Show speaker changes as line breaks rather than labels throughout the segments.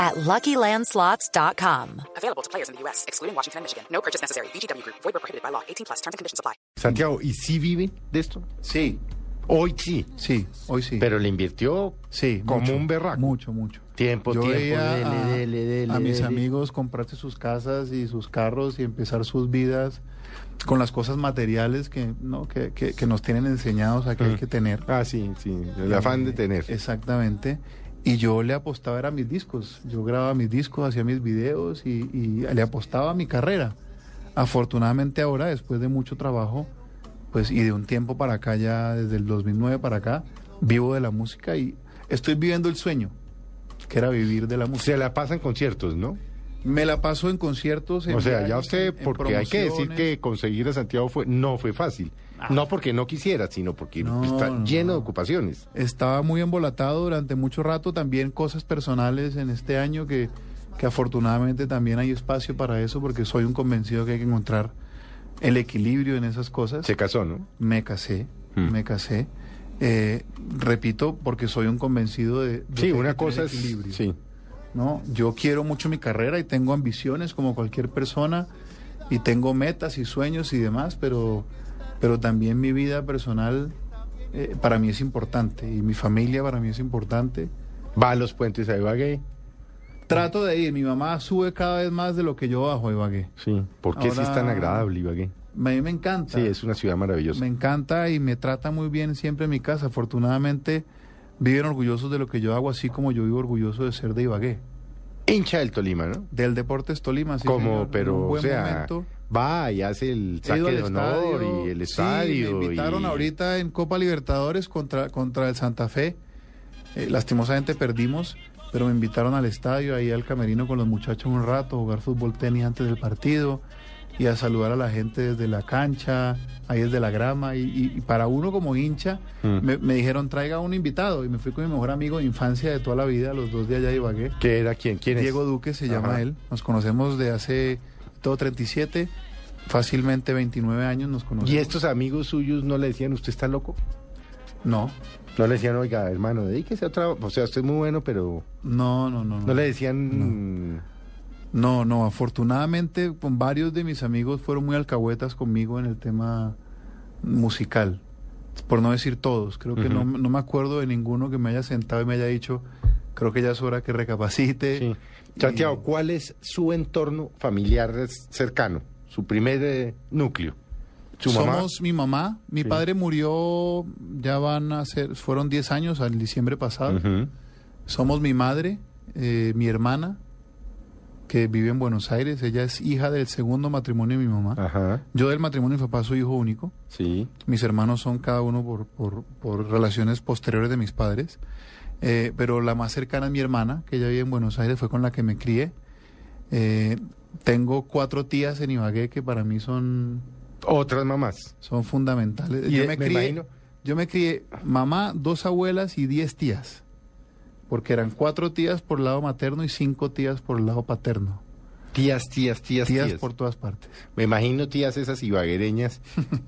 at LuckyLandSlots.com.
Available to players in the U.S., excluding Washington and Michigan. No purchase necessary. VGW Group. Void where prohibited by law. 18 plus. Terms and conditions apply.
Santiago, ¿y sí vive de esto?
Sí,
Hoy sí,
sí, hoy sí.
pero le invirtió
sí,
como
mucho,
un berraco.
Mucho, mucho.
Tiempo,
Yo
tiempo,
veía
dele,
a,
dele, dele,
a mis
dele.
amigos comprarse sus casas y sus carros y empezar sus vidas con las cosas materiales que, ¿no? que, que- que nos tienen enseñados a que hay que tener.
Ah, sí, sí, el afán de tener.
Exactamente. Y yo le apostaba era a mis discos. Yo grababa mis discos, hacía mis videos y, y le apostaba a mi carrera. Afortunadamente ahora, después de mucho trabajo, pues y de un tiempo para acá, ya desde el 2009 para acá, vivo de la música y estoy viviendo el sueño, que era vivir de la música.
Se la pasan conciertos, ¿no?
Me la paso en conciertos. en
O sea, ya
viajes,
usted,
en- en
porque hay que decir
promociones. Ah.
que conseguir a Santiago fue no fue fácil. No porque no quisiera, sino porque
No,
está
no,
lleno de
no.
ocupaciones.
estaba muy embolatado durante mucho rato, también cosas personales en este año que, que afortunadamente también hay espacio para eso porque soy un convencido que hay que encontrar el equilibrio en esas cosas.
Se casó, ¿no?
Me casé,
Hmm.
me casé. Eh, repito, porque soy un convencido de... de
Sí,
que hay
una
que tener
cosa es...
equilibrio.
Sí.
¿no? Yo quiero mucho mi carrera y tengo ambiciones como cualquier persona y tengo metas y sueños y demás, pero, pero también mi vida personal eh, para mí es importante y mi familia para mí es importante.
Va a los puentes a Ibagué.
Trato de ir, mi mamá sube cada vez más de lo que yo bajo a Ibagué.
Sí. ¿Por qué sí es
Ahora-
tan agradable Ibagué?
A mí me encanta.
Sí, es una ciudad maravillosa.
Me encanta y me trata muy bien siempre en mi casa. Afortunadamente viven orgullosos de lo que yo hago, así como yo vivo orgulloso de ser de Ibagué.
Hincha del Tolima, ¿no?
Del Deportes Tolima, sí,
como,
señor. En un
pero, o
buen
sea,
momento.
va y hace el
He
saque
ido al
de honor
estadio,
y el
sí,
estadio.
me invitaron
y-
ahorita en Copa Libertadores contra, contra el Santa Fe. Eh, lastimosamente perdimos, pero me invitaron al estadio, ahí al camerino con los muchachos un rato, a jugar fútbol tenis antes del partido y a saludar a la gente desde la cancha, ahí desde la grama. Y, y- y para uno como hincha,
Mm.
me, me dijeron traiga un invitado y me fui con mi mejor amigo de infancia de toda la vida, los dos de allá de Ibagué.
¿Qué era quién? ¿Quién es?
Diego Duque se
Ajá.
llama él. Nos conocemos de hace todo 37, fácilmente 29 años nos conocemos.
¿Y estos amigos suyos no le decían, usted está loco?
No,
No le decían, oiga, hermano, dedíquese a otra. O sea, usted es muy bueno, pero.
no, no, no.
No le decían.
No, no, afortunadamente con varios de mis amigos fueron muy alcahuetas conmigo en el tema musical, por no decir todos. Creo que no, no me acuerdo de ninguno que me haya sentado y me haya dicho, creo que ya es hora que recapacite.
Sí. Santiago,
Y-
¿cuál es su entorno familiar cercano? Su primer eh, núcleo. ¿Su mamá?
Somos mi mamá. Mi
Sí.
padre murió, ya van a ser, fueron 10 años, al diciembre pasado.
Ujú.
Somos mi madre, eh, mi hermana, que vive en Buenos Aires. Ella es hija del segundo matrimonio de mi mamá.
Ajá.
Yo del matrimonio de mi papá soy hijo único.
Sí.
Mis hermanos son cada uno por, por- por relaciones posteriores de mis padres. Eh, pero la más cercana es mi hermana, que ella vive en Buenos Aires, fue con la que me crié. Eh, tengo cuatro tías en Ibagué que para mí son,
Otras mamás.
son fundamentales.
Y,
yo,
eh,
me
me
crié,
imagino-
yo me crié mamá, dos abuelas y diez tías. Porque eran cuatro tías por lado materno y cinco tías por lado paterno.
Tías, tías, tías, tías.
Tías por todas partes.
Me imagino tías esas ibaguereñas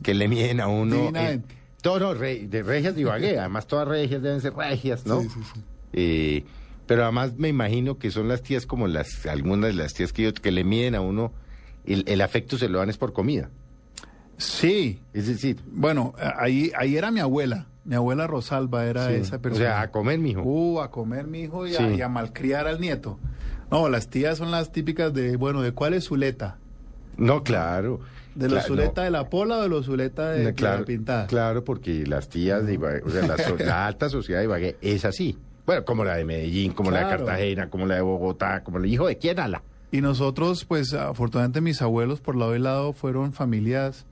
que le miden a uno. eh,
Divinamente.
no, no, re- de regias de Ibagué. Además, todas regias deben ser regias, ¿no?
Sí, sí, sí.
Eh, pero además me imagino que son las tías como las, algunas de las tías que, yo- que le miden a uno, el, el afecto se lo dan es por comida.
Sí,
Es decir,
Bueno, a- ahí, ahí era mi abuela. Mi abuela Rosalba era
sí,
esa
o
persona.
sea, a comer, mijo.
Uh, a comer mi hijo y, a,
Sí.
y a malcriar al nieto. No, las tías son las típicas de, bueno, ¿de cuál es Zuleta?
no, claro.
¿De los
Cla-
Zuleta
no,
de la Pola o de los Zuleta de,
no,
de
claro,
la Pintada?
Claro, porque las tías de Ibagué, o sea, la, so- la alta sociedad de Ibagué es así. Bueno, como la de Medellín, como la de
Claro.
Cartagena, como la de Bogotá, como el hijo de quién, ala.
Y nosotros, pues afortunadamente mis abuelos por lado y lado fueron familias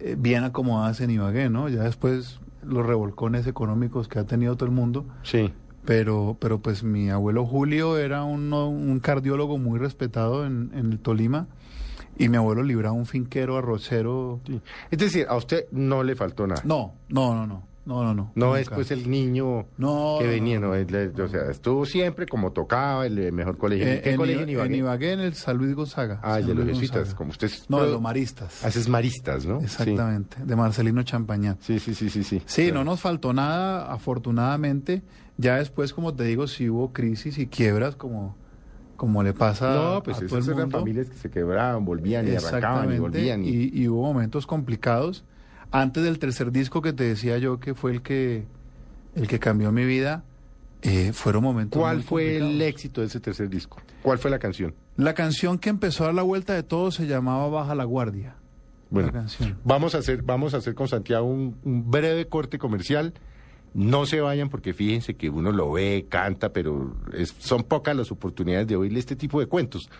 eh, bien acomodadas en Ibagué, ¿no? Ya después los revolcones económicos que ha tenido todo el mundo.
Sí.
Pero, pero pues mi abuelo Julio era un, un cardiólogo muy respetado en, en el Tolima Y mi abuelo libraba un finquero arrocero.
Sí. Es decir, a usted no le faltó nada.
No, no, no, no. No, no, no.
No
nunca.
es pues el niño
No,
que
no,
venía,
no,
no, es la- o sea, estuvo siempre como tocaba, el eh, mejor colegio.
Eh,
¿Qué
en,
colegio
Iba-
en
en
Ibagué?
Ibagué? en el San Luis Gonzaga.
Ah, el
San
de los
Luis
jesuitas,
Gonzaga.
como usted es-
No, de
pero- Ah,
los maristas.
Haces maristas, ¿no? Sí.
Exactamente, de Marcelino Champañán.
Sí, sí, sí, sí, sí.
Sí, no nos faltó nada, afortunadamente. Ya después, como te digo, sí hubo crisis y quiebras, como, como le pasa
No, pues
a todo el
esas eran
mundo.
familias que se quebraban, volvían y arrancaban y
Exactamente,
volvían. Y...
y- y hubo momentos complicados. Antes del tercer disco que te decía yo, que fue el que, el que cambió mi vida, eh, fueron momentos
¿Cuál
muy
fue el
complicados.
éxito de ese tercer disco? ¿Cuál fue la canción?
La canción que empezó a dar la vuelta de todo se llamaba Baja la Guardia.
Bueno,
La canción.
vamos a hacer, vamos a hacer con Santiago un, un breve corte comercial. No se vayan porque fíjense que uno lo ve, canta, pero es- son pocas las oportunidades de oírle este tipo de cuentos.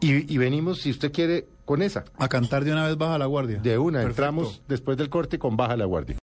Y, y venimos, si usted quiere, con esa.
A cantar de una vez Baja la Guardia.
De una,
Perfecto.
entramos después del corte con Baja la Guardia.